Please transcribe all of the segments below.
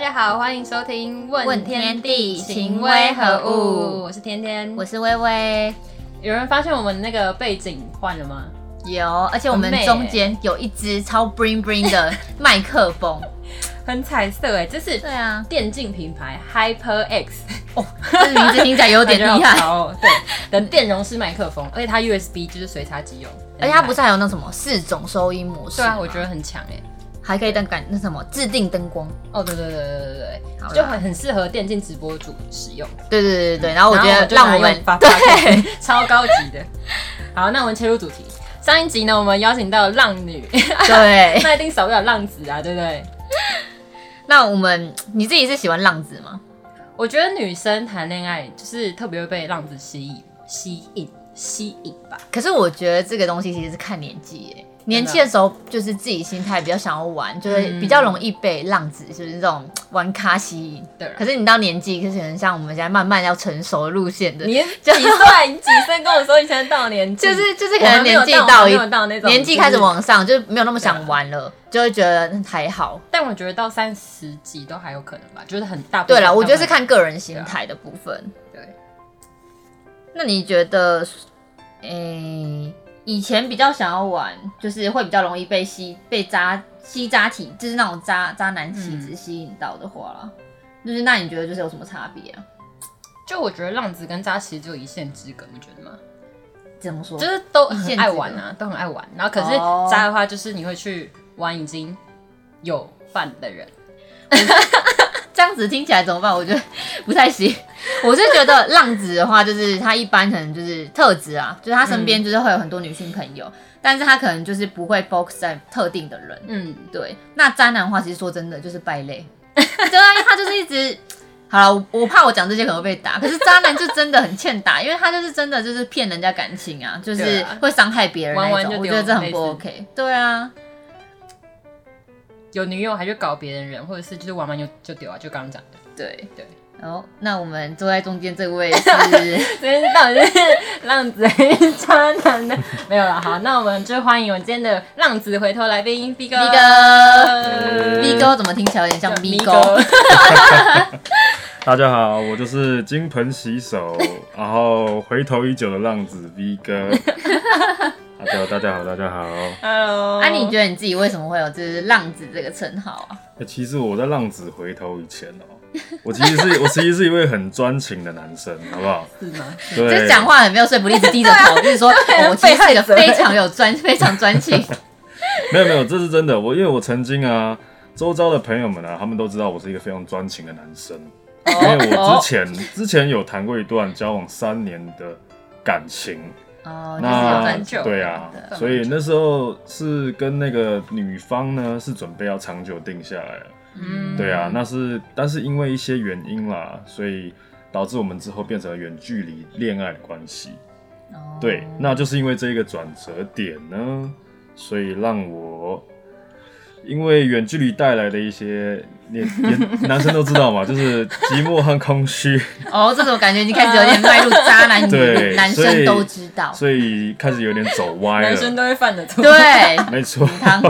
家好，欢迎收听《问天地情为何物我是天天。我是微微，有人发现我们那个背景换了吗？有，而且我们很美中间有一只超 bling bling 的 麦克风，很彩色哎，这是对啊，电竞品牌 HyperX， 哦，这名字听起来有点 厉感觉好害，潮哦。对，的电容式麦克风，而且它 USB 就是随插即用，而且它不是是还有那什么四种收音模式对吗，啊，我觉得很强哎。还可以灯感那什么自定灯光，哦，对对对对对对好啦对，就很很适合电竞直播主使用。对对对对对，然哦后我觉得就让拿我们用 发发对 超高级的。好，那我们切入主题。上一集呢，我们邀请到浪女，对，那一定少不了浪子啊，对不对？那我们你自己是喜欢浪子吗？我觉得女生谈恋爱就是特别会被浪子吸引、吸引、吸引吧。可是我觉得这个东西其实是看年纪耶。年轻的时候，就是自己心态比较想要玩，就是比较容易被浪子，就是这种玩咖吸引。嗯对啦啊可是你到年纪，就是很像我们现在慢慢要成熟路线的，你就几 岁？你几岁跟我说你现在到年纪？就是就是可我还能没有年纪到我到还一没有到那种年纪开始就是往上，就是没有那么想玩了，就会觉得嗯还好。但我觉得到三十几都还有可能吧，就是很大部分对了，我觉得是大部分看个人心态的部分。对。那你觉得，诶、以前比较想要玩，就是会比较容易被吸被渣吸渣体，就是那种渣渣男体质吸引到的话啦，就是那你觉得就是有什么差别啊？就我觉得浪子跟渣其实只有一线之隔，你觉得吗？怎么说？就是都很线爱之隔玩啊，都很爱玩。然后可是哦渣的话，就是你会去玩已经有伴的人。这样子听起来怎么办？我觉得不太行。 我是觉得浪子的话，就是他一般可能就是特质啊，就是他身边就是会有很多女性朋友，但是他可能就是不会 focus 在特定的人。嗯，对，那渣男的话，其实说真的就是败类， 对啊，因为他就是一直。好了，我我怕我讲这些可能会被打，可是渣男就真的很欠打，因为他就是真的就是骗人家感情啊，就对是啊会伤害别人那玩玩种，就我丢觉得这很不类似 OK。对啊，有女友还去搞别的人，或者是就是玩完就就丢啊，就刚刚讲的。对对。然后，那我们坐在中间这位 是所以到底是浪子还是渣男呢？没有了，好，那我们就欢迎我们今天的浪子回头来宾 B 哥。咪哥，咪咪哥怎么听起来有点像咪咪哥呃哥？，大家好，我就是金盆洗手，然后回头已久的浪子 V 哥。 大家好，大家好，大家好。 Hello。啊，你觉得你自己为什么会有就是浪子这个称号啊？欸其实我在浪子回头以前哦、我其实是我其实是一位很专情的男生，好不好？是吗？就是对，讲话很没有说服力，一直低着头，啊就是说哦我其实是一个非常有专、非常专情。没有没有，这是真的。我因为我曾经啊，周遭的朋友们啊，他们都知道我是一个非常专情的男生，因为我之前之前有谈过一段交往三年的感情，哦，就是有那专很久对啊对，所以那时候是跟那个女方呢是准备要长久定下来了，嗯，对啊，那是但是因为一些原因啦，所以导致我们之后变成了远距离恋爱的关系。哦对，那就是因为这一个转折点呢，所以让我因为远距离带来的一些，你 也男生都知道嘛，就是寂寞和空虚，哦，这种感觉已经开始有点迈入渣男女， 对男所生以都知道。所以开始有点走歪男生了。都会犯的错。对，没错， 汤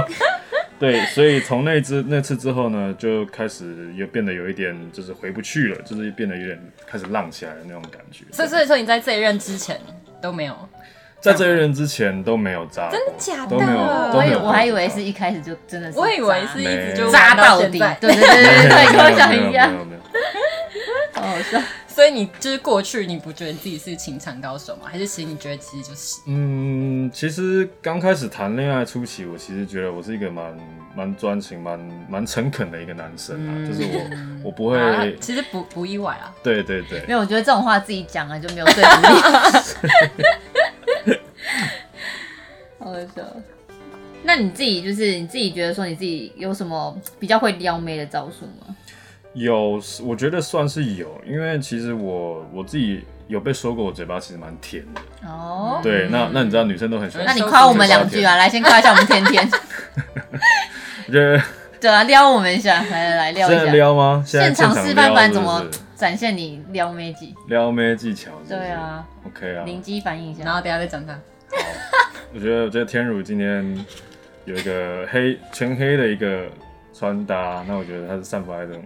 对，所以从那次那次之后呢，就开始又变得有一点就是回不去了，就是变得有点开始浪起来的那种感觉。所以所以说你在这一任之前都没有，在这一任之前都没有渣过，真的假的都没有，我都没以有。我还以为是。一开始就真的是渣，我以为是一直就渣玩到现底。对在。对对 对对，跟我讲没有一没有下没，有没有好好笑。所以你就是过去你不觉得自己是情场高手吗？还是其实你觉得其实就是？嗯，其实刚开始谈恋爱初期，我其实觉得我是一个蛮蛮专情、蛮蛮诚恳的一个男生啊，嗯就是 我我不会，啊，其实不不意外啊。对对对没，有，我觉得这种话自己讲了就没有说 服力。好笑。那你自己就是你自己觉得说你自己有什么比较会撩妹的招数吗？有，我觉得算是有，因为其实我我自己有被说过，我嘴巴其实蛮甜的。哦，对，那那你知道女生都很喜欢，那你夸我们两句啊，来先夸一下我们甜甜。我觉得对啊，撩我们一下，来来来撩现一在下。撩吗？现在现场现示范撩版是怎不么是展现你撩妹技？撩妹技巧？是不是对啊，OK 啊，灵机反应一然下。后等一下再讲他。我觉得我觉得天乳今天有一个黑全黑的一个穿搭，那我觉得她是散发一种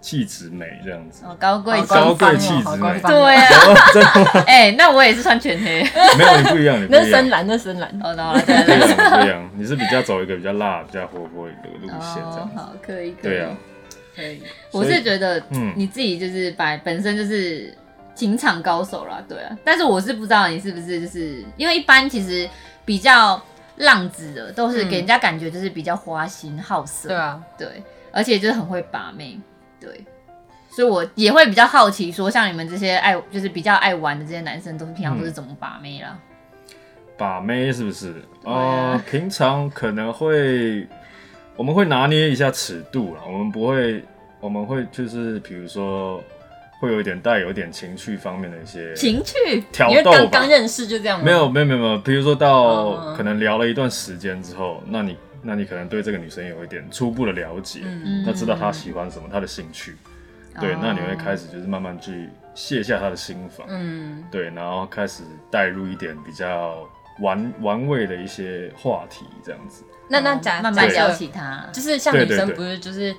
气质美这样子，哦，高贵官高方贵哦气质好美官。方对啊，哦，真的吗 哎、那我也是穿全 黑。没有你不一样，你不 那是一 样深。蓝，那是深蓝。哦，懂了，对对对对。啊，对啊，你是比较走一个比较辣、比较活泼一个路线这哦样，。好，可以。可以对啊，，可以。我所是以觉得，嗯你自己就是把本身就是情场高手啦，对啊。但是我是不知道你是不是就是因为一般其实比较浪子的都是嗯给人家感觉就是比较花心好色，对啊，对，而且就是很会把妹，对。所以我也会比较好奇，说像你们这些爱就是比较爱玩的这些男生，都是平常都嗯是怎么把妹啦？把妹是不是？对啊呃，平常可能会我们会拿捏一下尺度啦，我们不会，我们会就是比如说会有一点带有一点情趣方面的一些情趣挑因为逗刚吧刚。认识就这样吗？没有没有没有没有，比如说到嗯可能聊了一段时间之后，那你那你可能对这个女生有一点初步的了解，嗯，哦那知道她喜欢什么，她的兴趣，哦对，那你会开始就是慢慢去卸下她的心防，嗯对，然后开始带入一点比较玩玩味的一些话题，这样子。那那哦假慢慢假聊设起 他，就是像对女对生对不是就是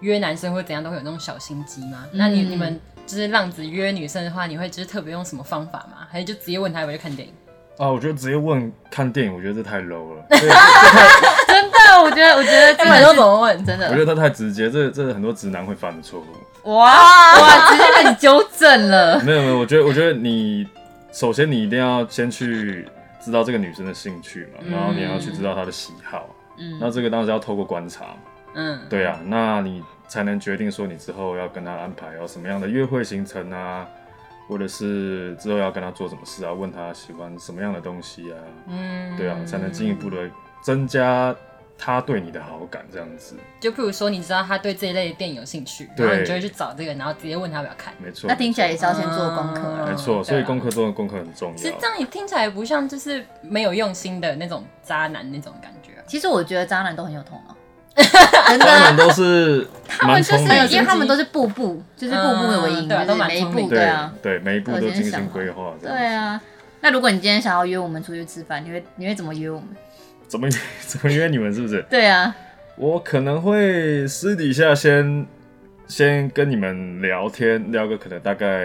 约男生或怎样都会有那种小心机吗？那你嗯你们就是浪子约女生的话，你会就是特别用什么方法吗？还是就直接问她要不要去看电影？啊，我觉得直接问看电影，我觉得这太 low 了，对这太真的，我觉得，我 觉得他这们个都是怎么问？真我觉的，得这太直接，这这是很多直男会犯的错误。哇哇，直接开始纠正了，没有没有，我觉得我觉得你首先你一定要先去知道这个女生的兴趣嘛，然后你要去知道她的喜好，嗯，那这个当然是要透过观察嘛。嗯，对啊，那你才能决定说你之后要跟他安排要什么样的约会行程啊，或者是之后要跟他做什么事啊，问他喜欢什么样的东西啊，嗯，对啊，才能进一步的增加他对你的好感，这样子，就譬如说，你知道他对这一类的电影有兴趣，对啊然后你就会去找这个，然后直接问他要不要看。没错。那听起来也是要先嗯做功课没了，错，嗯所以对啊功课中的功课很重其实要啊这。样也听起来不像就是没有用心的那种渣男那种感觉啊、其实我觉得渣男都很有头脑，真当然的。都 是就蛮是聪明的，因为他们都是步步，就是步步为营，嗯对啊就都是蛮每一聪明步，的对对啊，对，每一步我都今天精想心好规划，这样对啊。那如果你今天想要约我们出去吃饭，你会你会怎么约我们？怎么约 怎么约你们是不是？对啊，我可能会私底下先先跟你们聊天，聊个可能大概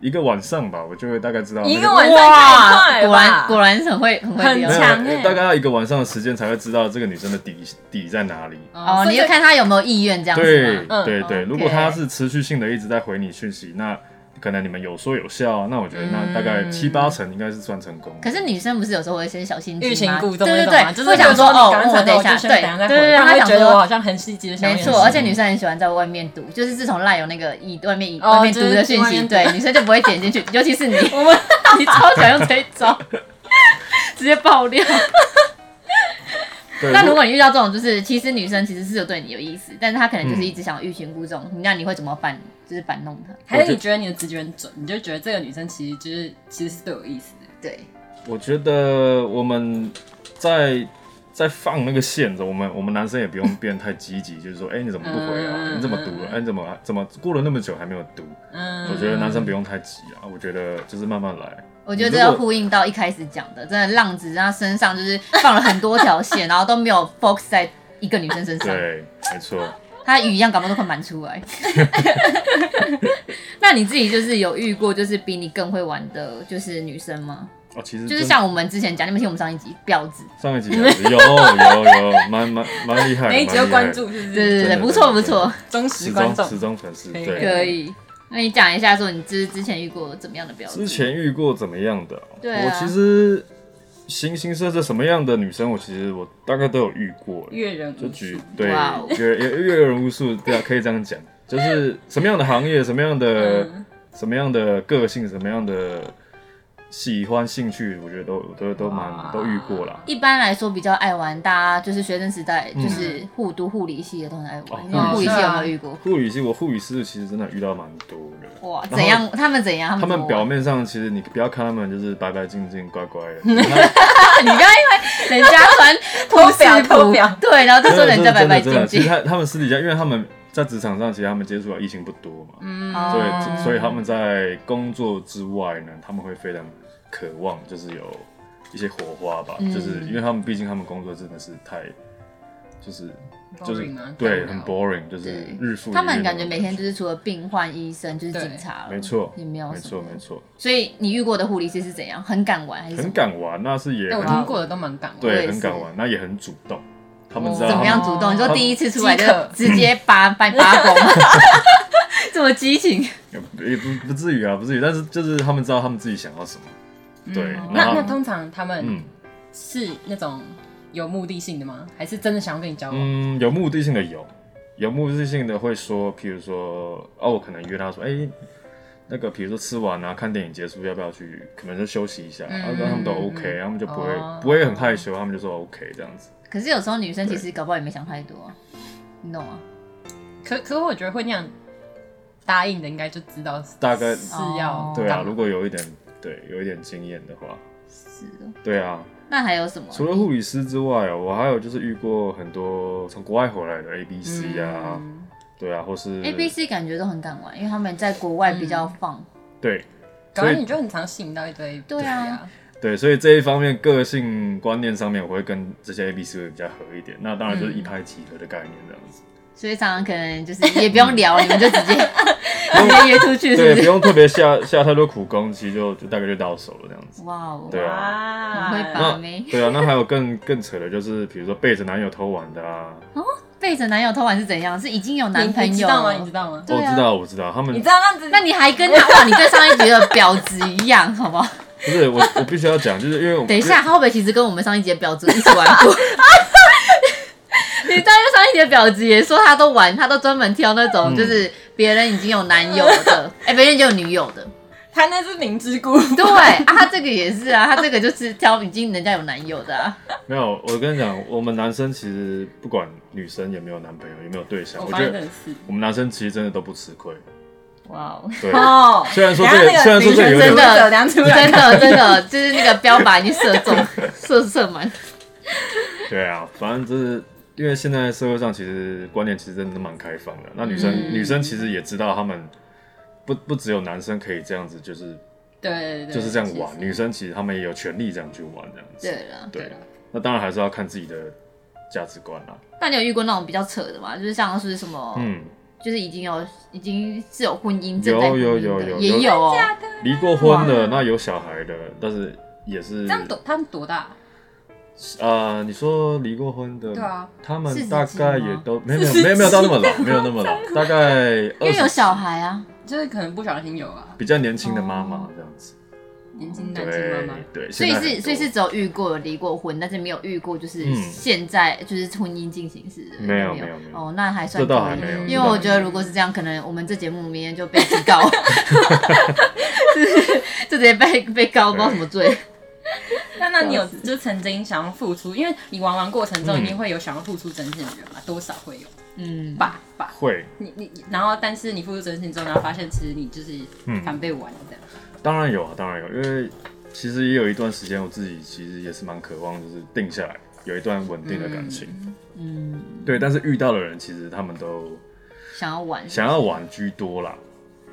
一个晚上吧，我就会大概知道、那一个个晚上太快了果然吧？果然是很会很会很聊没有、强欸大概要一个晚上的时间才会知道这个女生的底底在哪里。哦，所你以就这看他有没有意愿这样子对吗？嗯对对， OK 如果她是持续性的一直在回你讯息，那可能你们有说有笑，那我觉得那大概嗯七八成应该是算成功的。可是女生不是有时候会有一些小心机吗？欲擒故纵对那对种嘛，对，就是会想说哦，你刚我才等说一下，就先对等一下再对对，回，他她会想觉得我说哦好像很积极的想没要联系错，而且女生很喜欢在外面读，就是自从赖有那个以外面以哦外面读的就是讯外息，面读对女生就不会点进去， 尤其是你，我们 你超喜欢用这一招，直接爆料。对 那如果你遇到这种，就是其实女生其实是有对你有意思，但是她可能就是一直想欲擒故纵，那你会怎么反，就是反弄她？还是你觉得你的直觉很准，你就觉得这个女生其实就是其实是对我有意思的。对，我觉得我们在在放那个线着，我们我们男生也不用变太积极，就是说，哎、你怎么不回啊？嗯你怎么读了？哎、你怎么怎么过了那么久还没有读？嗯，我觉得男生不用太急啊，我觉得就是慢慢来。我觉得这要呼应到一开始讲的，真的浪子他身上就是放了很多条线，然后都没有 focus 在一个女生身上， 对，没错。他鱼一样搞不好都快满出来。那你自己就是有遇过就是比你更会玩的，就是女生吗？哦，其实就是真像我们之前讲，你们听我们上一集婊子，上一集讲的有有有，蛮蛮蛮厉害的。那一集要蛮厉害关的注是不是对对对，真的不错真的不错，忠始实观终众？始终粉丝。对对，可以。那你讲一下说你之之前遇过怎么样的婊子？之前遇过怎么样的哦？对啊我其实形形色色什么样的女生，我其实我大概都有遇过。阅人就无举数。对哇哦，阅阅阅人无数，对啊，可以这样讲，就是什么样的 行业，什么样的、嗯什么样的个性，什么样的喜欢兴趣，我觉得都都都蛮哇都遇过啦。一般来说比较爱玩，大家就是学生时代就是护读护理系的都很爱嗯哦玩。你们护理系有啊没有遇过？护理系，我护理师其实真的遇到蛮多的。哇，然后怎样？他们怎样？他怎们么表玩面上其实你不要看他们就是白白净净、乖乖 的，他啊你不要因为人家穿偷护士 表偷服表对，然后就说真的人真家的白白真的真净的，其实净。他他们私底下，因为他们在职场上，其实他们接触到异性不多嘛，嗯，所哦以所以他们在工作之外呢，他们会非常渴望，就是有一些火花吧，嗯就是因为他们毕竟他们工作真的是太就是就啊是 Boring 吗对干很扰 boring，就是对日复一他们日感的觉每天就是除了病患、医生就是对警察了，没错，也没有没什错么没错，所以你遇过的护理师是怎样？很敢玩还是什很么？敢玩，那是也对哎我很听过的都蛮感我对也很敢是玩，那也很主动，他们哦知道怎么他们样主动？你说他第一次出来就饥渴直接拔掰八公， 这么激情？也不不至于啊，不至于，但是就是他们知道他们自己想要什么，对嗯然那后那通常他们嗯是那种有目的性的吗？还是真的想要跟你交往？嗯，有目的性的有，有目的性的会说，譬如说，哦，我可能约他说，哎、那个，比如说吃完啊，看电影结束，要不要去？可能就休息一下，然后、嗯他们都嗯 OK，、他们就不会、哦不会很害羞，他们就说 OK 这样子。可是有时候女生其实搞不好也没想太多，啊你懂吗？可可我觉得会那样答应的，应该就知道是大概是要哦对干啊，嘛如果有一点对有一点经验的话，是的。对啊。那还有什么？除了护理师之外哦，我还有就是遇过很多从国外回来的 A B C 啊，嗯对嗯啊，或是 A、B、C 感觉都很敢玩，因为他们在国外比较放。对搞完你就很常吸引到一堆对啊，对，所以这一方面个性观念上面，我会跟这些 A、B、C 会比较合一点。那当然就是嗯一拍即合的概念这样 子，所以常常可能就是也不用聊，你们就直 接直接约出去，是对，不不是？用特别下下太多苦功，其实就就大概就到手了这样子。哇哦，对啊，哇很会把那妹对啊，那还有更更扯的就是，比如说背着男友偷玩的啊，哦背着男友偷玩是怎样？是已经有你男你朋知友道吗？了你知道吗？对啊我知道我知道，他们你知道那样子，那你还跟他哇？你跟上一集的婊子一样，好不 好？不是我我必须要讲，就是因为我等一下，，他会不会其实跟我们上一集的婊子一起玩过？你对，上一集的婊子也说他都玩，他都专门挑那嗯种就是别人已经有男友的，哎、别人已经有女友的。他那是明知故 对啊，他这个也是啊，他这个就是挑已经人家有男友的、啊，没有，我跟你讲，我们男生其实不管女生有没有男朋友有没有对象，我我发觉现得真的是我们男生其实真的都不吃亏。哇 哦， 对，哦。虽然说这个等一下虽然说这个有点女权主义者量出来 真的真的就是那个标靶已经射中，射射满。 对啊，反正就是因为现在社会上其实观念其实真的蛮开放的。那女生、嗯女生其实也知道，他们不不只有男生可以这样子，就是对对对，对就是这样玩其，实女生其实她们也有权利这样去玩这样子。对啊了，对对了那当然还是要看自己的价值观啦。那你有遇过那种比较扯的吗？就是像是什么，嗯，就是已经有已经是有婚姻正有在婚姻有的有有也有有哦，离过婚的，那有小孩的，但是也是这样多他们多大？呃，你说离过婚的，对啊，他四十们大几概吗也都没有没有没有没有到那么老，没有那么老，大概因二为有十小孩啊。就是可能不小心有啊，比较年轻的妈妈这样子。年轻男性妈对妈。对，所以现在很是多所以是只有遇过有离过婚，但是没有遇过就是嗯现在就是婚姻进行时的，没有没没有没有哦，那还算这倒可还以没有，因为我觉得如果是这样，可能我们这节目明天就被提 告，就是就直接被被告不知道什么罪。那那你有就曾经想要付出，因为你玩玩过程中嗯一定会有想要付出真心的人嘛，多少会有嗯，吧吧。会，你你你然后但是你付出真心之后，然后发现其实你就是嗯反被玩的，当然有啊，当然有，因为其实也有一段时间，我自己其实也是蛮渴望，就是定下来有一段稳定的感情。嗯，对，但是遇到的人其实他们都想要玩。想要玩居多啦。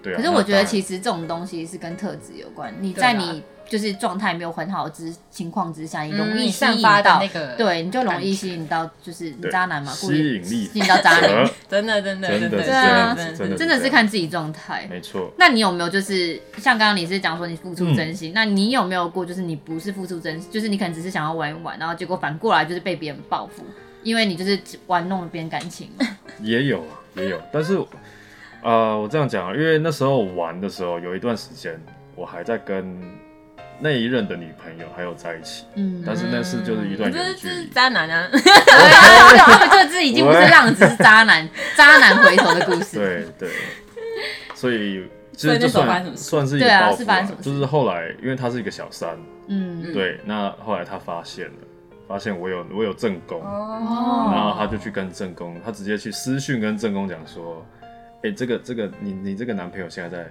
对啊，可是我觉得其实实这种东西是跟特质有关，你对在啦你就是状态没有很好之情况之下，你容嗯你易吸散引发的到那个对，你就容感易觉吸引到就是渣男嘛，故吸意引力吸引到渣 男，者真的真的真的的是对这啊样子，真真的真的是看自己状态。没错。那你有没有就是像刚刚你是讲说你付嗯出真心，那你有没有过就是你不是付出真心，就是你可能只是想要玩一玩，然后结果反过来就是被别人报复，因为你就是玩弄了别人感情嘛。也有啊也有，但是呃，我这样讲啊，因为那时候玩的时候有一段时间，我还在跟那一任的女朋友还有在一起，嗯，但是那是就是一段你就远是距就离是。渣男啊，对啊， 对啊这这已经不是浪子，是渣男，渣男回头的故事。对对，所以其所以实那就时候发生什算么事算是一个对啊报是复发吧生什么，事就是后来因为他是一个小三，嗯，对，那后来他发现了，发现我有我有正 宫，哦，然后他就去跟正宫，他直接去私讯跟正宫讲说，哎、这个这个你你这个男朋友现在在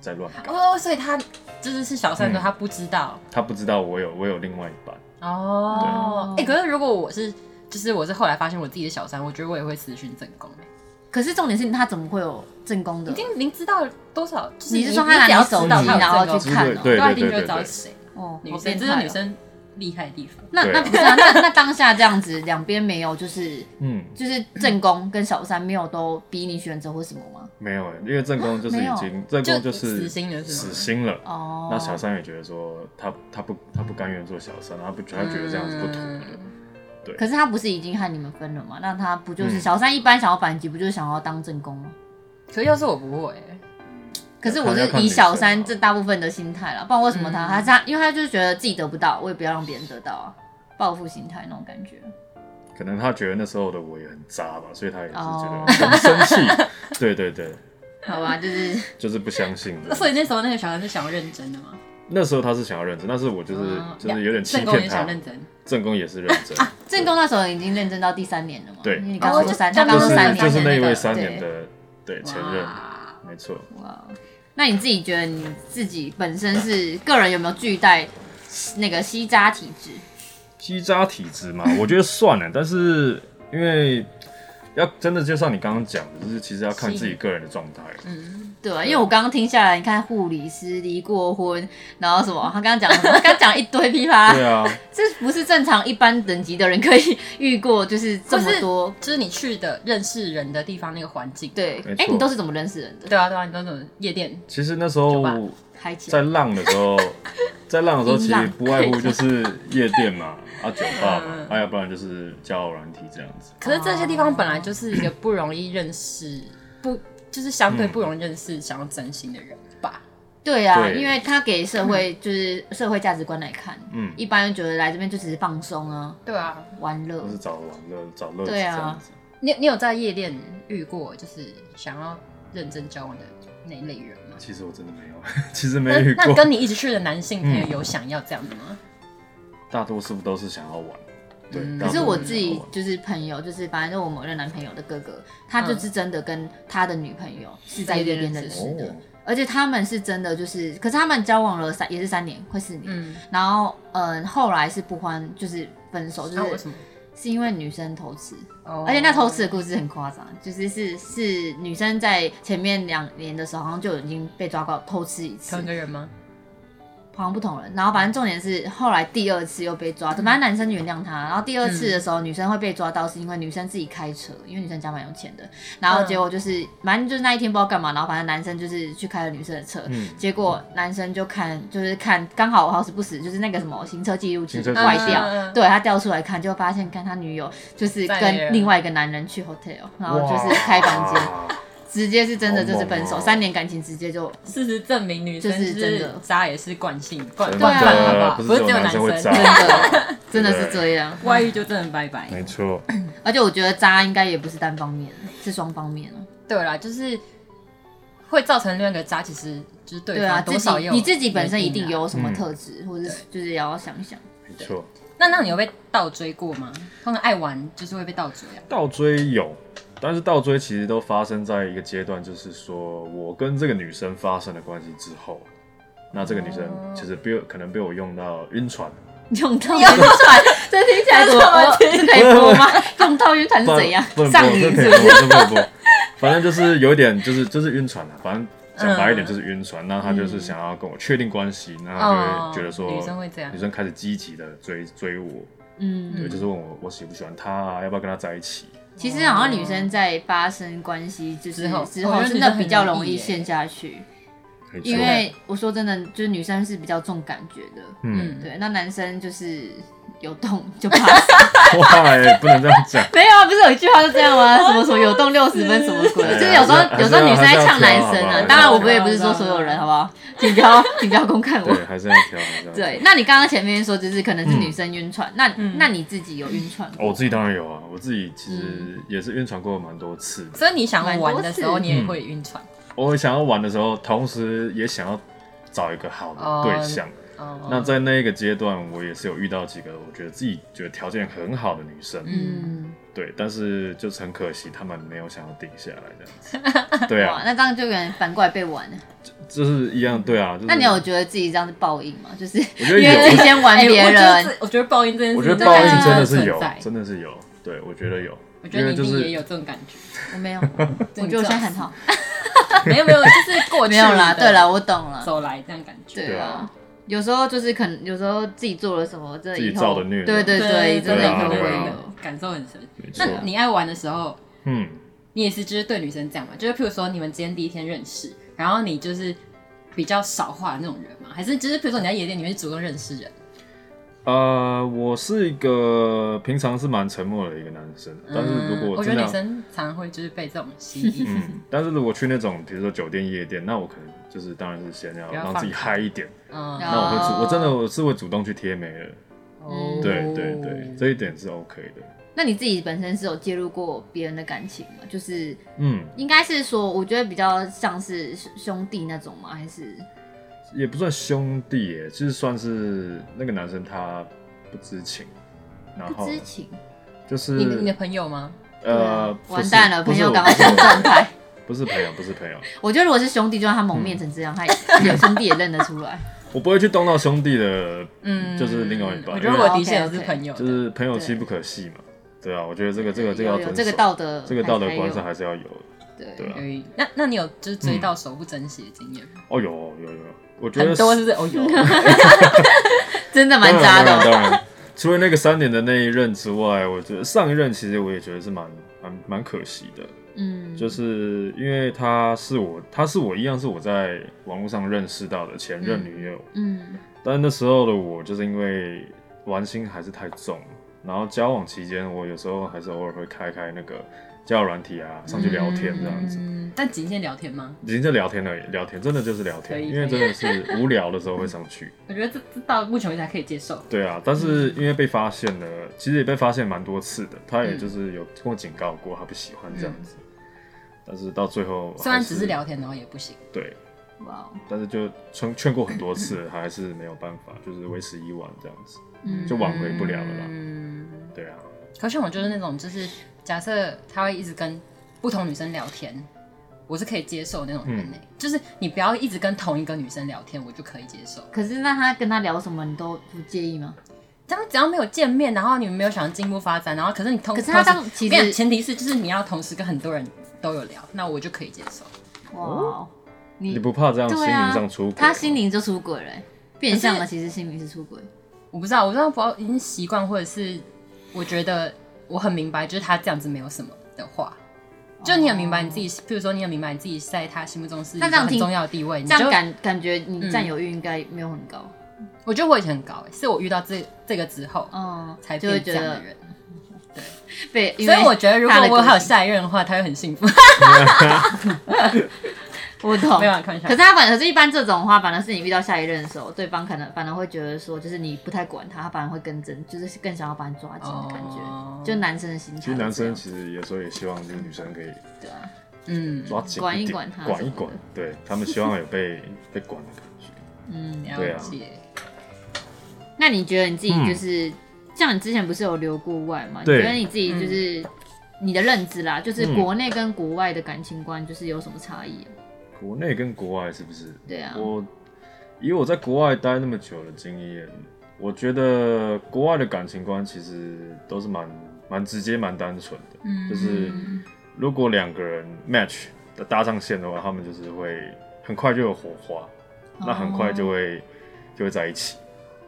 在乱 搞，哦，所以他就是是小三的时候，嗯他不知道他不知道我有我有另外一半，哦。哎、对可是如果我是，就是我是后来发现我自己的小三，我觉得我也会私讯正宫、欸，可是重点是他怎么会有正宫的一？定明知道多少，就是你你是说他拿只要你知道手他机有正然后宫去看哦？对对，对一定对就会对知道对是谁。哦，女好生变这是态女哦。生厉害的地方。那对那不是啊，那那当下这样子，两边没有就是嗯，就是正宫跟小三没有都逼你选择或什么吗？没有哎、因为正宫就是没已有经正就宫就是死心了是吗死心了。哦，那小三也觉得说他他不他不甘愿做小三，他不他嗯觉得这样是不妥嗯欸的。嗯可是他不是已经和你们分了吗？那他不就是嗯小三一般想要反击，不就是想要当正宫吗？可是要是我不会、可是我是以小三这大部分的心态啦，不然为什么他、嗯他这样？因为他就是觉得自己得不到，我也不要让别人得到啊，报复心态那种感觉。可能他觉得那时候的我也很渣吧，所以他也是哦觉得很生 气。对对对，好吧，就是就是不相信那的。所以那时候那个小孩是想要认真的吗？那时候他是想要认真，但是我就是、嗯就是有点欺正宫也骗想他。认啊真，正宫也是认 真， 正宫那时候已经认真到第三年了嘛。对因为你刚刚哦说就三，就他刚就刚说是三年就是那一对位三年的对前任，哇没错。哇，那你自己觉得你自己本身是个人有没有巨带那个吸渣体质？鸡渣体质嘛，我觉得算 了，但是因为要真的就像你刚刚讲的，就是其实要看自己个人的状态。嗯，对啊，因为我刚刚听下来，你看护理师离过婚，然后什么，他刚刚讲什么，他刚刚讲一堆噼啪对啦，啊，这不是正常一般等级的人可以遇过，就是这么多。就是你去的认识人的地方那个环境。对，没哎、错你都是怎么认识人的？对啊对啊，你都那种夜店，其实那时 酒吧候嗨起在来，浪的时候， 在浪的时候，其音实浪不外乎就是夜店嘛，啊酒吧嘛嗯，啊要不然就是交友软体这样子。可是这些地方本来就是一个不容易认识，不就是相对不容易认识想要真心的人吧？对啊，对因为他给社会就是社会价值观来看，嗯，一般人觉得来这边就只是放松啊，对啊，玩乐都。是找玩乐、找乐子这对啊样子。你你有在夜店遇过就是想要认真交往的那一类人吗？其实我真的没有， 其那实没遇那过。嗯跟你一起去的男性朋友有想要这样的吗？大多数都是想要玩，对嗯。大可多数是想我要自己玩就是朋友，就是反正就我某任男朋友的哥哥，他就是真的跟他的女朋友是在夜店认识的，哦，而且他们是真的就是，可是他们交往了三也是三年，快四年，嗯，然后嗯后来是不欢就是分手，那就啊为是、什么？是因为女生偷吃，哦而且那偷吃的故事很夸张，就是是是女生在前面两年的时候好像就已经被抓到偷吃一次同一，个人吗？好像不同人。然后反正重点是后来第二次又被抓，反正男生原谅他。然后第二次的时候，女生会被抓到，是因为女生自己开车，因为女生家蛮有钱的。然后结果就是，反正就是那一天不知道干嘛，然后反正男生就是去开了女生的车。嗯，结果男生就看，就是看，刚好我好死不死，就是那个什么行车记录器行车记录坏器掉，嗯嗯嗯对他调出来看，就发现看他女友就是在跟另外一个男人去 hotel，然后就是哇开房间，直接是真的就是分好手，猛哦三年感情直接就事实证明，女生就是真的渣也是惯性，惯真对啊惯的吧，不不是只有只有男生会渣， 真的真的是对这样。外遇就真的拜拜。没错，而且我觉得渣应该也不是单方面，是双方面啊对啦，就是会造成另外一个渣，其实就是对对啊，方自多少己有你自己本身一原因定啊有什么特质，或者是就是也要想一想。没错。那那你有被倒追过吗？通常爱玩就是会被倒追啊。倒追有，但是倒追其实都发生在一个阶段，就是说我跟这个女生发生了关系之后，那这个女生其实被我可能被我用到晕船，用到晕船，这听起来怎么？哦这可以播吗？用到晕船是怎样不？能播，上瘾这是可以不是？播，这不能播。反正就是有一点，就是就是晕船了、反正讲白一点就是晕船，那她就是想要跟我确定关系，那她就会觉得说、哦女生会这样女生开始积极的追追我，嗯，对，就是问我我喜不喜欢她啊，要不要跟她在一起。其实好像女生在发生关系就是之后之我后，觉得真的女生比较很容容易易耶陷下去，没错因为我说真的，就是女生是比较重感觉的，嗯，嗯，对，那男生就是有动就 pass。哇、欸，不能这样讲。 没有啊，不是有一句话是这样 吗？什么什么有动六十分什么鬼？哎呀就是有时候还是有时候女生在呛男还是生要挑好啊吧。当然我们也不是说所有人，好不好？请不要 请不要公看我。对，嗯还是要挑，还是要挑对，那你刚刚前面说就是可能是女生晕船，那那你自己有晕船哦过？我自己当然有啊，我自己其嗯实也是晕船过蛮多次的。所以你想玩的时候，蛮多次嗯你也会晕船。我想要玩的时候，同时也想要找一个好的对象。哦，那在那一个阶段，我也是有遇到几个我觉得自己觉得条件很好的女生，嗯，对，但是就是很可惜，她们没有想要定下来这样 子。对哇，啊，那这样就有点反过来被玩了。就是一样，对啊，就是。那你有觉得自己这样是报应吗？就是我因觉得有为自己先玩哎我别觉得人，这我觉得报应这件事，我觉得报应对啊真的是有存在，真的是有，对我觉得有，我觉因得为你就一定也是有这种感觉。我没有，我觉得我现在很好， 没有没有，就是过去没有啦。的对了，我懂了。走来这样感觉。对对啊啊，有时候就是可能有时候自己做了什么，真的自己以后造的孽对对对，真的以对啊后对会啊有。感受很深。没错那你爱玩的时候，嗯，你也是就是对女生这样嘛？就是譬如说你们今天第一天认识，然后你就是比较少话的那种人嘛？还是就是譬如说你在夜店里面是主动认识人？呃，我是一个平常是蛮沉默的一个男生，但是如嗯果我觉真的得要女生常会就是被这种吸 引，嗯，但是如果去那种比如说酒店、夜店，那我可能就是当然是先要不要让自己放嗨一点， 嗯，那我会主，哦我真的我是会主动去贴眉的，哦对对对，这一点是 OK 的，那你自己本身是有介入过别人的感情吗？就是嗯，应该是说，我觉得比较像是兄弟那种吗？还是也不算兄弟耶，就是算是那个男生他不知情，然不后知情？就是你你的朋友吗？对呃，啊完蛋了，不朋是友赶不快是我上状态。不是朋友，不是朋友，我觉得如果是兄弟，就算他蒙面成这样，他 也有兄弟也认得出来。我不会去动到兄弟的，嗯，就是另外一半我觉得因为我的确也是 OK，OK 朋友的，就是朋友妻对不可戏嘛，对啊，我觉得这个这个这个要有遵有守，这个道德，这个道德还观上还还是要有有的。对对啊有一那那你有就是追到手不珍惜的经验吗？哦，有有有，我觉得很多是不是？哦，有，真的蛮当渣然的当然哦。当然，除了那个三年的那一任之外，我觉得上一任其实我也觉得是蛮蛮蛮可惜的，嗯，就是因为她是我，她是我一样是我在网络上认识到的前任女友，嗯但那时候的我就是因为玩心还是太重，然后交往期间我有时候还是偶尔会开开那个交友软体啊，上去聊天这样子。 嗯，但仅限聊天吗？已经在聊天了，聊天真的就是聊可天，以因为可真以的是无聊的时候会上去。我觉得这这到目前为止还可以接受。对啊，但是因为被发现了，其实也被发现蛮多次的。他也就是有跟我警告过，他不喜欢这样子。嗯但是到最后还是，虽然只是聊天，然后也不行。对，哇哦，但是就劝劝过很多次，他还是没有办法，就是为时已晚这样子。嗯就挽回不了了啦嗯，对啊，可是我就是那种，就是假设他会一直跟不同女生聊天，我是可以接受那种人呢、欸嗯就是你不要一直跟同一个女生聊天，我就可以接受。可是那他跟他聊什么，你都不介意吗？他们只要没有见面，然后你们没有想要进一步发展，然后可是你同，可是他同当时其我跟你实讲前提是就是你要同时跟很多人都有聊，那我就可以接受。哇哦，你你不怕这样心对灵啊上出轨吗？哦他心灵就出轨了欸，变相可的是其实心灵是出轨。我不知道，我真的不知道已经习惯，或者是我觉得我很明白，就是他这样子没有什么的话，就你很明白你自己，譬如说你很明白你自己在他心目中是一个哦那这样很听重要的地位，你这样就感感觉你占有欲应该没有很高，我觉得我以前很高、欸，是我遇到这这个之后嗯，才就会变这觉样的得人，被，因所为以我觉得如果他的我个还有性下一任的话，他会很幸福。我懂没。有啊开玩可是笑，他反，可是一般这种话，反而是你遇到下一任的时候，对方可能反而会觉得说，就是你不太管他，他反而会更真，就是更想要把你抓紧的感觉。哦就男生的心态其是这样，实男生其实有时候也希望就是女生可以对啊，嗯，抓紧管一点管他管什一么的管，对他们希望有被被管的感觉。嗯。对了啊解。那你觉得你自己嗯就是，像你之前不是有留过外吗？你对嗯觉得你自己就是、你的认知啦，就是国内跟国外的感情观就是有什么差异啊、国内跟国外是不是？对啊，我以我在国外待那么久的经验，我觉得国外的感情观其实都是蛮蛮直接、蛮单纯的。嗯就是如果两个人 match 的搭上线的话，他们就是会很快就有火花，哦那很快就会就会在一起。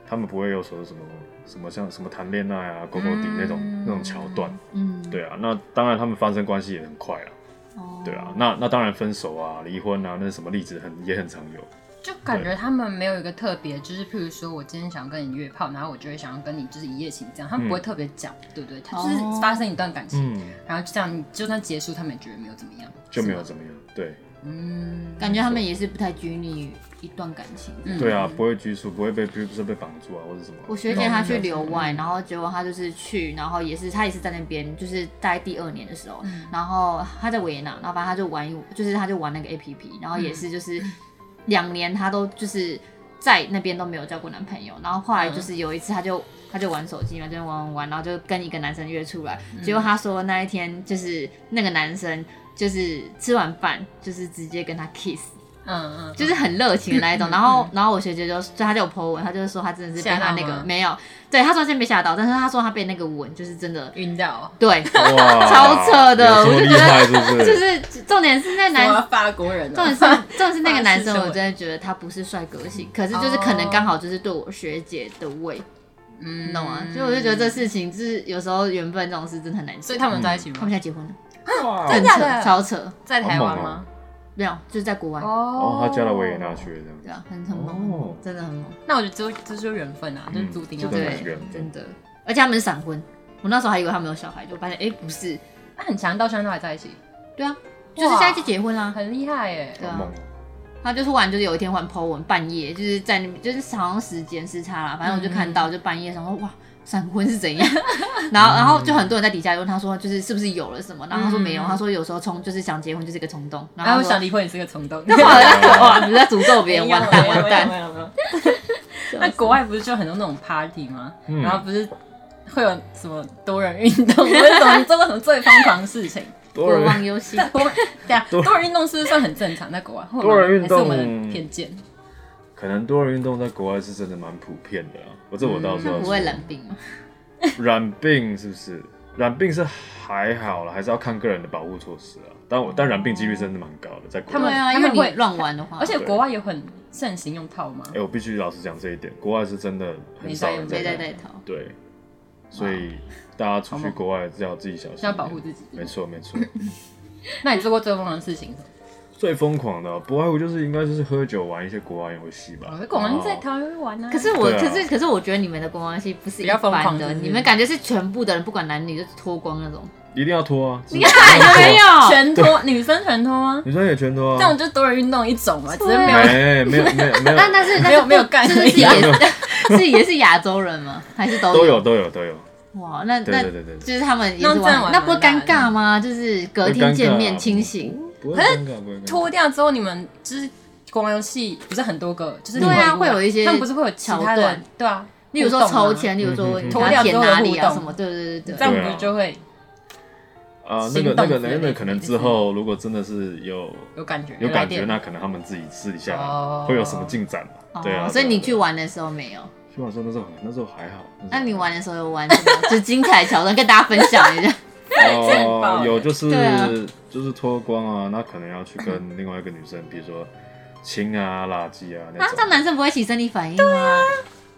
他们不会有说什么什么像什么谈恋爱啊、勾勾底那种、嗯那种桥段。嗯，对啊，那当然他们发生关系也很快啊。哦对啊，那那当然分手啊、离婚啊，那是什么例子很也很常有。就感觉他们没有一个特别，就是譬如说我今天想跟你约炮，然后我就会想要跟你就是一夜情这样，他们不会特别讲，对不对？他就是哦发生一段感情，嗯，然后就这样，就算结束，他们也觉得没有怎么样，就没有是吗怎么样。对嗯，感觉他们也是不太拘泥于一段感情。嗯对啊，不会拘束，不会被不是被绑住啊，或者什么。我学姐她去留外，然后结果她就是去，然后也是她也是在那边，就是在第二年的时候，然后她在维也纳，然后反正她就玩一，就是她就玩那个 A P P，然后也是就是两年她都就是在那边都没有交过男朋友，然后后来就是有一次她就她就玩手机嘛，就玩玩玩，然后就跟一个男生约出来，结果她说那一天就是那个男生就是吃完饭就是直接跟她 kiss。嗯嗯，就是很热情的那 一种。然后，然后我学姐就就她就有 po 文，她就是说她真的是被她那吓到个吗没有，对她说先被吓到，但是她说她被那个吻就是 真的，晕掉，对，哇，超扯的有这么我就厉觉得害是不 是？就是重点是那什么男，法国人、啊， 重 点是重点是那个男发生，誓是我我真的觉得他不是帅哥型，哦可是就是可能刚好就是对我学姐的胃，嗯你懂吗？所以我就觉得这，事情就是有时候缘分这种事真的很难所讲。以他们在一起他吗们？现在结婚了，哇真很的假的扯，超扯，在台湾嗯好猛吗哦？没有，就是在国外，哦哦，他嫁到维也纳去了这样。对啊，很很猛，哦，真的很猛。那我觉得这这就是缘分啊，就是注定要嗯这个在一蛮起。对缘，分真的，而且他们是闪婚，我那时候还以为他们有小孩，就发现哎、诶不是，那很强，到现在都还在一起，对啊，就是现在就结婚啦、很厉害耶。对好啊猛，他就突然就是有一天玩 po 文，半夜就是在那边，就是好像时间时差啦，反正我就看到，就半夜想说哇，闪婚是怎样？ 然后然后就很多人在底下问他说，就是是不是有了什么？然后他说没有，嗯他说有时候冲就是想结婚就是一个冲动，然然后后哎我他说想离婚也是个冲动。那 好像是 哇，你在诅咒哎别人，完蛋完蛋。蛋！ 那国外不是就很多那种 party 吗？嗯然后不是会有什么多人运动？我什么做过什么最疯狂的事 情？多国人王游戏，国外对啊，多人运动是不是算很正常？在国外，或者多人运动啊还是我们的偏见？可能多人运动在国外是真的蛮普遍的啊，我这我倒是他要嗯不说会冷冰吗？染病是不是？染病是还好了，还是要看个人的保护措施啊。但我但染病几率真的蛮高的，在国他外们。哦对啊，他因为们会你乱玩的话， 而且国外有很盛行用套吗？哎、我必须老实讲这一点，国外是真的很少人在没没在染带头，对，所以大家出去国外是要自己小心一点，要保护自己没错没错， 那你做过最疯狂的事情是什么？最疯狂的不外乎就是应该就是喝酒玩一些国外游戏吧我。果然在然后台湾玩啊。可是我，对啊可是可是我觉得你们的观光系不是一比较疯般狂的，是不是你们感觉是全部的人不管男女就脱 光那种。一定要脱啊！你看有没有？全脱， 女生全脱吗？女生也全啊脱啊。哎这种就是多人运动一种嘛，只啊是没有没没有没有 没有，但但是但没是有不没有干就是是没有也是是也是亚洲人吗？还是都都有都有都有，哇？那对那对对对就是他们也那是这样玩玩，那不会尴蛮大尬吗？就是隔不会天尴尬见面清醒，不会尴尬不会尴尬。啊脱掉之后，你们就是光游戏不是很多个，就是你对啊玩会有一些他们不是会有其桥他段的，对啊，例如说互动啊抽，签，例如说嗯嗯嗯他填哪里啊什么，对对对这对样对。不是就会啊，那行个那动个之那类个的可能之后如果真的是有有感觉，有来感觉，电那可能他们自己私底下哦会有什么进展嘛？对啊，哦所以你去玩，玩的时候没有？去玩说那时候那时候还好。时候那你玩的时候有玩什么？就是精彩桥段跟大家分享 一下。哦爆，有就是对啊就是脱光啊，那可能要去跟另外一个女生，比如说亲啊、垃圾啊啊那，这样种，男生不会起生理反应啊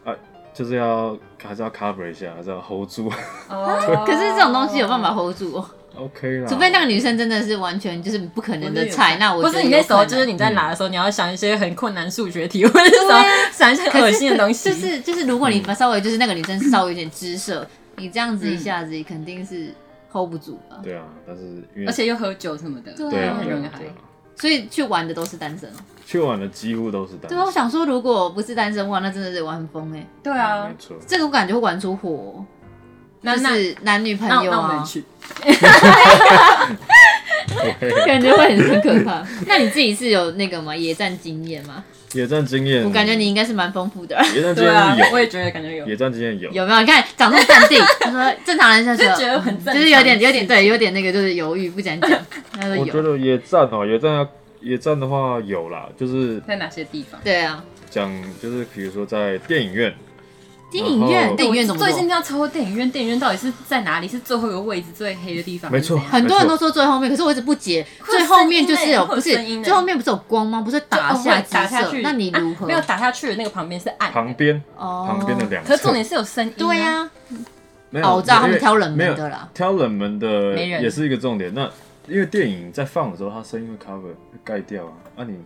吗？就是要还是要 cover 一下，还是要 hold 住。哦可是这种东西有办法 hold 住哦， OK 啦，除非那个女生真的是完全就是不可能的菜，那我不觉是得你有那时候可能就是你在拿的时候，你要想一些很困难数学题，或者是什么想一些很可恶是心的东西，就是就是，如果你稍微就是那个女生稍微有点姿色，你这样子一下子肯定是 hold 不住吧。对啊，但是因为而且又喝酒什么的，对对啊很对容易啊嗨对啊，所以去玩的都是单身哦。去玩的几乎都是单对身啊，我想说，如果不是单身哇，那真的是玩很疯哎。对啊没，错。这个我感觉会玩出火哦，那就那是男女朋那友那我啊们，去，感觉会很很可怕。 那你自己是有那个吗？野战经验吗？野战经验，我感觉你应该是蛮丰富的。野战经对啊验是，我有，也觉得感觉有，野战经验有，有没有？你看，长这么淡定，他说正常人就就觉觉得得很正常就是有点有点对，有点那个就是犹豫不敢讲。他说我觉有，得野战哦，野战要野战的话有啦，就是在哪些地方？对啊，讲就是比如说在电影院，电影院然后电影院怎么最近做？要抽电影院，电影院到底是在哪里？是最后一个位置最黑的地方？没错还是怎样很多人都说最后面，可是我一直不解，有最后面就是有声音欸不是会有声音欸最后面不是有光吗？不是打就下哦会打紫色下去，那你如何啊？没有打下去的那个旁边是暗的，旁边哦旁边的两侧，可是重点是有声音、啊对 啊呀、呀，没有哦，我知道他因们为挑冷没有门的啦。挑冷门的没人也是一个重点。那因为电影在放的时候，它声音会 cover 会盖掉啊。啊你，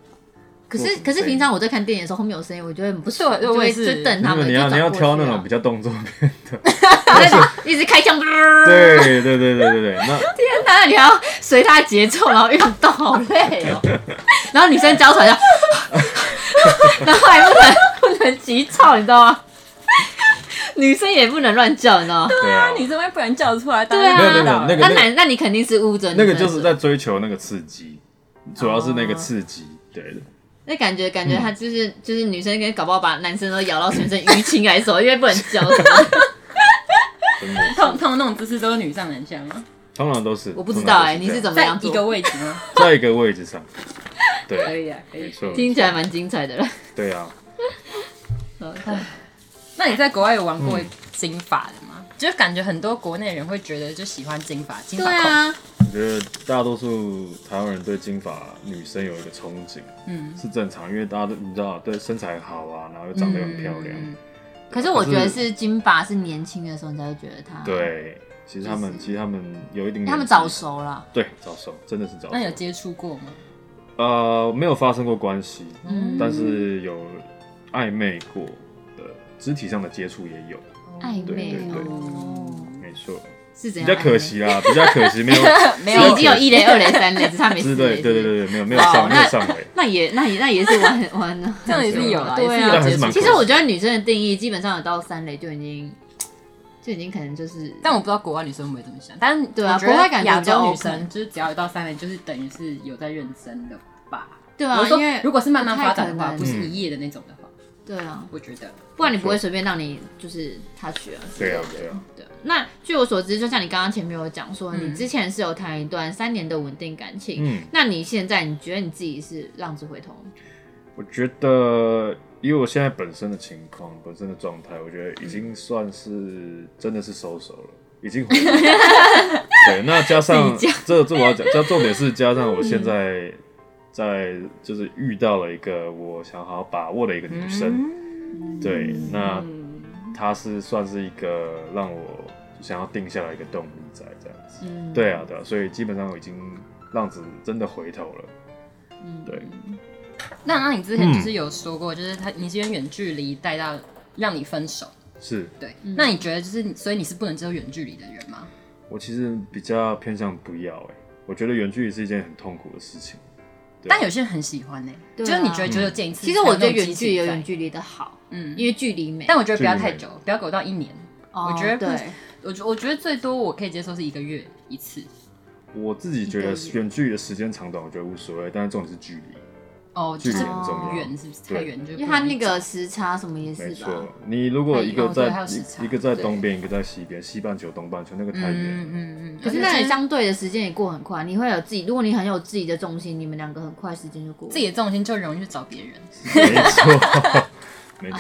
可做是什么可是声音平常我在看电影的时候，后面有声音，我觉得很不爽，对就我会也就是瞪他们，你就要你转要过去挑那啊种比较动作片的。 一直开枪，对，对对对对对对， 那天哪，你还要随他的节奏，然后运动，好累 哦。然后女生教出来， 然后还不能不能急躁，你知道吗？女生也不能乱叫，你知道吗？对啊，女生会不然叫出来，大对啊家就知道了没有没有那个那男，那你肯定是捂着女那生个的嘴，就是在追求那个刺激，哦主要是那个刺激。对的，那感觉，感嗯觉他就是就是女生跟搞不好把男生都咬到全身淤青还是什么，因为不能 欸叫什么的。真的，通通常那种姿势都是女上男下吗？通常都是。我不知道哎、通常都你这是样怎么在 样做一？个位置吗？在一个位置上？可对，以啊，可没以。错，听起来蛮精彩的了。对啊，那你在国外有玩嗯过金发的吗？就感觉很多国内人会觉得就喜欢金发，金发对控，啊，我觉得大多数台湾人对金发女生有一个憧憬，嗯，是正常，因为大家都你知道，对身材好啊，然后又长得又很漂亮，嗯可是我觉得是金发是年轻的时候，你才会觉得他，，对。其实他们，其实他们有一点，他们早，熟了。对，早熟，真的是早熟。那有接触过吗？呃，没有发生过关系，嗯但是有暧昧过的，肢体上的接触也有，暧昧对对哦，没错。是怎比样？较可，惜啦，比较可惜没有， 没是有已经有一雷、二雷、三雷，只是他 没 是四对雷。是对对不是。对对，没有没有上哦没有那上围，那也那也那也是玩 玩的，这样也是有啦，也对啊有但还接是蛮触可其过。实我觉得女生的定义基本上有到三雷就已经就已经可能就是，但我不知道国外女生会不会这么想，但是对啊我觉得国外感觉亚比较洲 open 女生就是只要一到三年，就是等于是有在认真的吧。对我啊，是说因为如果是慢慢发展的不太可话，能不是一夜的那种的话，对啊，我觉得不然你不会随便让你就是他去啊。对啊对 啊，对，那据我所知，就像你刚刚前面有讲说，嗯你之前是有谈一段三年的稳定感情，嗯，那你现在你觉得你自己是浪子回头？我觉得以我现在本身的情况、本身的状态，我觉得已经算是真的是收手了，已经回来了。对，那加上这这我要讲，加重点是加上我现在在就是遇到了一个我想好好把握的一个女生，对，那嗯，她是算是一个让我想要定下来一个动力在这样子。嗯，对啊，对啊，所以基本上我已经浪子真的回头了。嗯，对，那那你之前就是有说过，就是他你是因为远距离带到让你分手，是对？那你觉得就是你所以你是不能接受远距离的人吗？我其实比较偏向不要哎、我觉得远距离是一件很痛苦的事情。对啊但有些人很喜欢呢，欸就对啊是你觉得只有见一次，其实我觉得远距离有远距，距离的好，嗯，因为距离美。但我觉得不要太久，不要给我到一年。哦我觉得不对，我觉我觉得最多我可以接受是一个月一次。我自己觉得远距离的时间长短我觉得无所谓，但是重点是距离，哦，就距离是很重要。远是不是太对远就不因为他能那个时差什么也没是吧，错，你如果一个还有哦在、对还有时差一个在东边，一个在西边，西半球、东半球，那个太远了。嗯嗯嗯。可是而那且你相对的时间也过很快，你会有自己，如果你很有自己的重心，你们两个很快时间就过了。自己的重心就容易去找别人。没错，没错，没错。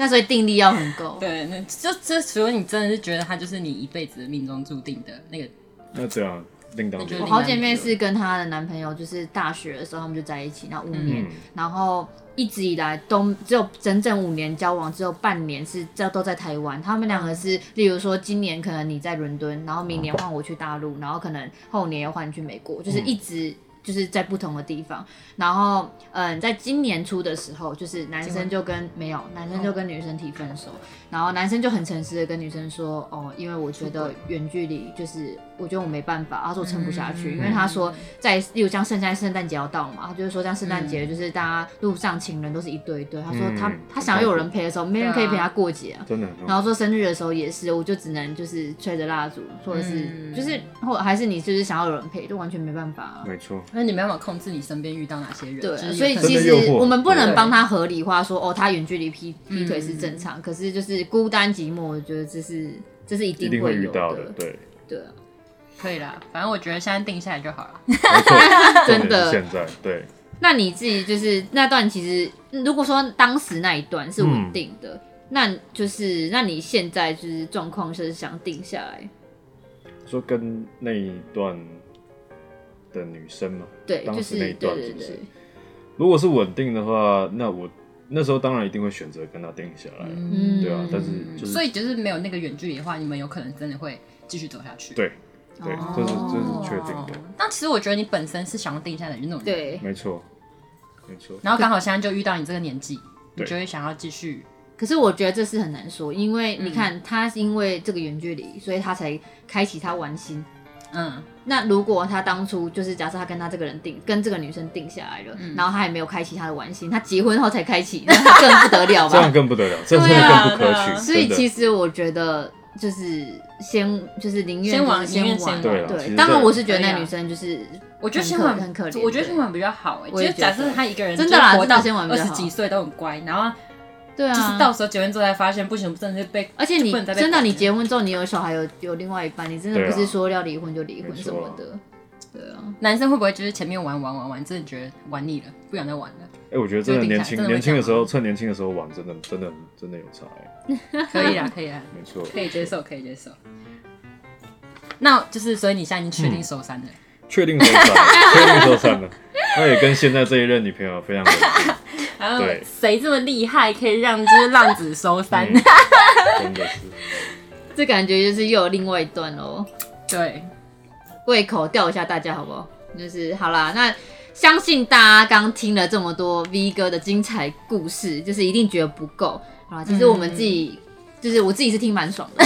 那所以定力要很够。对，那就这，除非你真的是觉得他就是你一辈子的命中注定的那个，那这样另当那就别另我论。好姐妹是跟她的男朋友，就是大学的时候他们就在一起，那五年，嗯然后一直以来都只有整整五年交往，只有半年是这都在台湾。他们两个是，例如说今年可能你在伦敦，然后明年换我去大陆，然后可能后年又换去美国，嗯就是一直。就是在不同的地方，然后嗯，在今年初的时候，就是男结婚生就跟没有男生就跟女生提分手，嗯然后男生就很诚实的跟女生说，哦，因为我觉得远距离就是，我觉得我没办法，他说我撑不下去，嗯因为他说在，例如像现在圣诞节要到嘛，他就是说像圣诞节就是大家路上情人都是一对一对，他说他、嗯他想要有人陪的时候，没人可以陪他过节啊。真的很痛苦然后说生日的时候也是，我就只能就是吹着蜡烛，或者是、嗯就是或还是你就是想要有人陪，就完全没办法、啊。没错，那你没办法控制你身边遇到哪些人。对就是，有所以可能其实真的诱惑我们不能对帮他合理化说哦，他远距离劈劈腿是正常，可是就是孤单寂寞，我觉得这是这是一一定定会会有遇到的，对，对啊，可以啦，反正我觉得现在定下来就好了。没错，真重点的是现在对，那你自己就是那段，其实嗯如果说当时那一段是稳定的，嗯那就是那你现在就是状况是想定下来，说跟那一段的女生吗？对，当就时那一是对段对是不是对，如果是稳定的话，那我那时候当然一定会选择跟他定下来，嗯对啊，但是就是所以就是没有那个远距离的话，你们有可能真的会继续走下去。对对，哦这是这是确定的，哦。但其实我觉得你本身是想要定下来的那种人，对。没错没错，然后刚好现在就遇到你这个年纪，你对就会想要继续。可是我觉得这是很难说，因为你嗯看他是因为这个远距离，所以他才开启他玩心。嗯，那如果他当初就是假设他跟他这个人定，跟这个女生定下来了，嗯然后他也没有开启他的玩心，他结婚后才开启，那他更不得了这样吧？更不得了，这样对真的啊更不可取， 所以真的其实我觉得就是先就是宁愿先玩就是宁愿先先玩，玩对啦其对。实当然这我是觉得可以啊那女生就是我觉得很先可玩很可怜我觉得对先玩比较好哎、欸。我就也是假觉设得他一个人真的啦就活到真的先玩比二较十好几岁都很乖，然后对就是啊。到时候结婚之后才发现不行，真的是被而且你不能再被真的，管你结婚之后，你有小孩有有另外一半，你真的对啊不是说要离婚就离婚没错什么的，对啊，男生会不会就是前面玩玩玩玩，真的觉得玩腻了，不想再玩了？哎、我觉得真就的定下年轻真的会啊年轻的时这候，样趁年轻的时候玩，真的真的真的有差、欸，可 以啦，可以啦，没错。可以接受，可以接受。那就是，所以你现在已经确嗯定收山了。确定收散，确定收散 了。那也跟现在这一任女朋友非常稳定，然后对谁这么厉害，可以让就是浪子收山？嗯真的是。这感觉就是又有另外一段喽。对，胃口吊一下大家好不好？就是好啦，那相信大家刚听了这么多 V 哥的精彩故事，就是一定觉得不够啊。其实我们自嗯己、就是我自己是听 蛮爽的。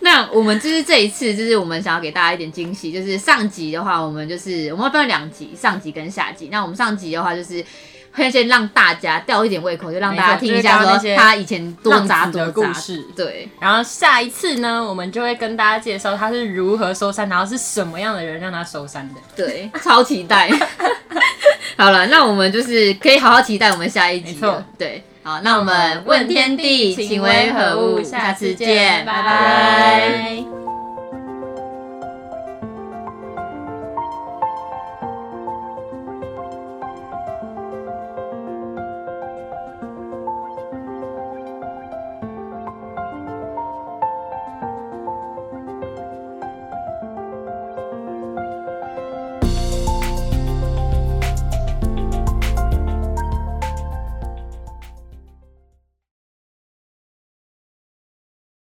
那我们就是这一次，就是我们想要给大家一点惊喜，就是上集的话，我们就是我们会分两集，上集跟下集。那我们上集的话就是。会先让大家吊一点胃口，就让大家没错听一下就是刚刚说那些他以前多渣浪子的多渣故事对，然后下一次呢，我们就会跟大家介绍他是如何收山，然后是什么样的人让他收山的。对， 超期待。好了，那我们就是可以好好期待我们下一集没错了。对，好，那我们问天地，请为何物？下次见，拜拜。拜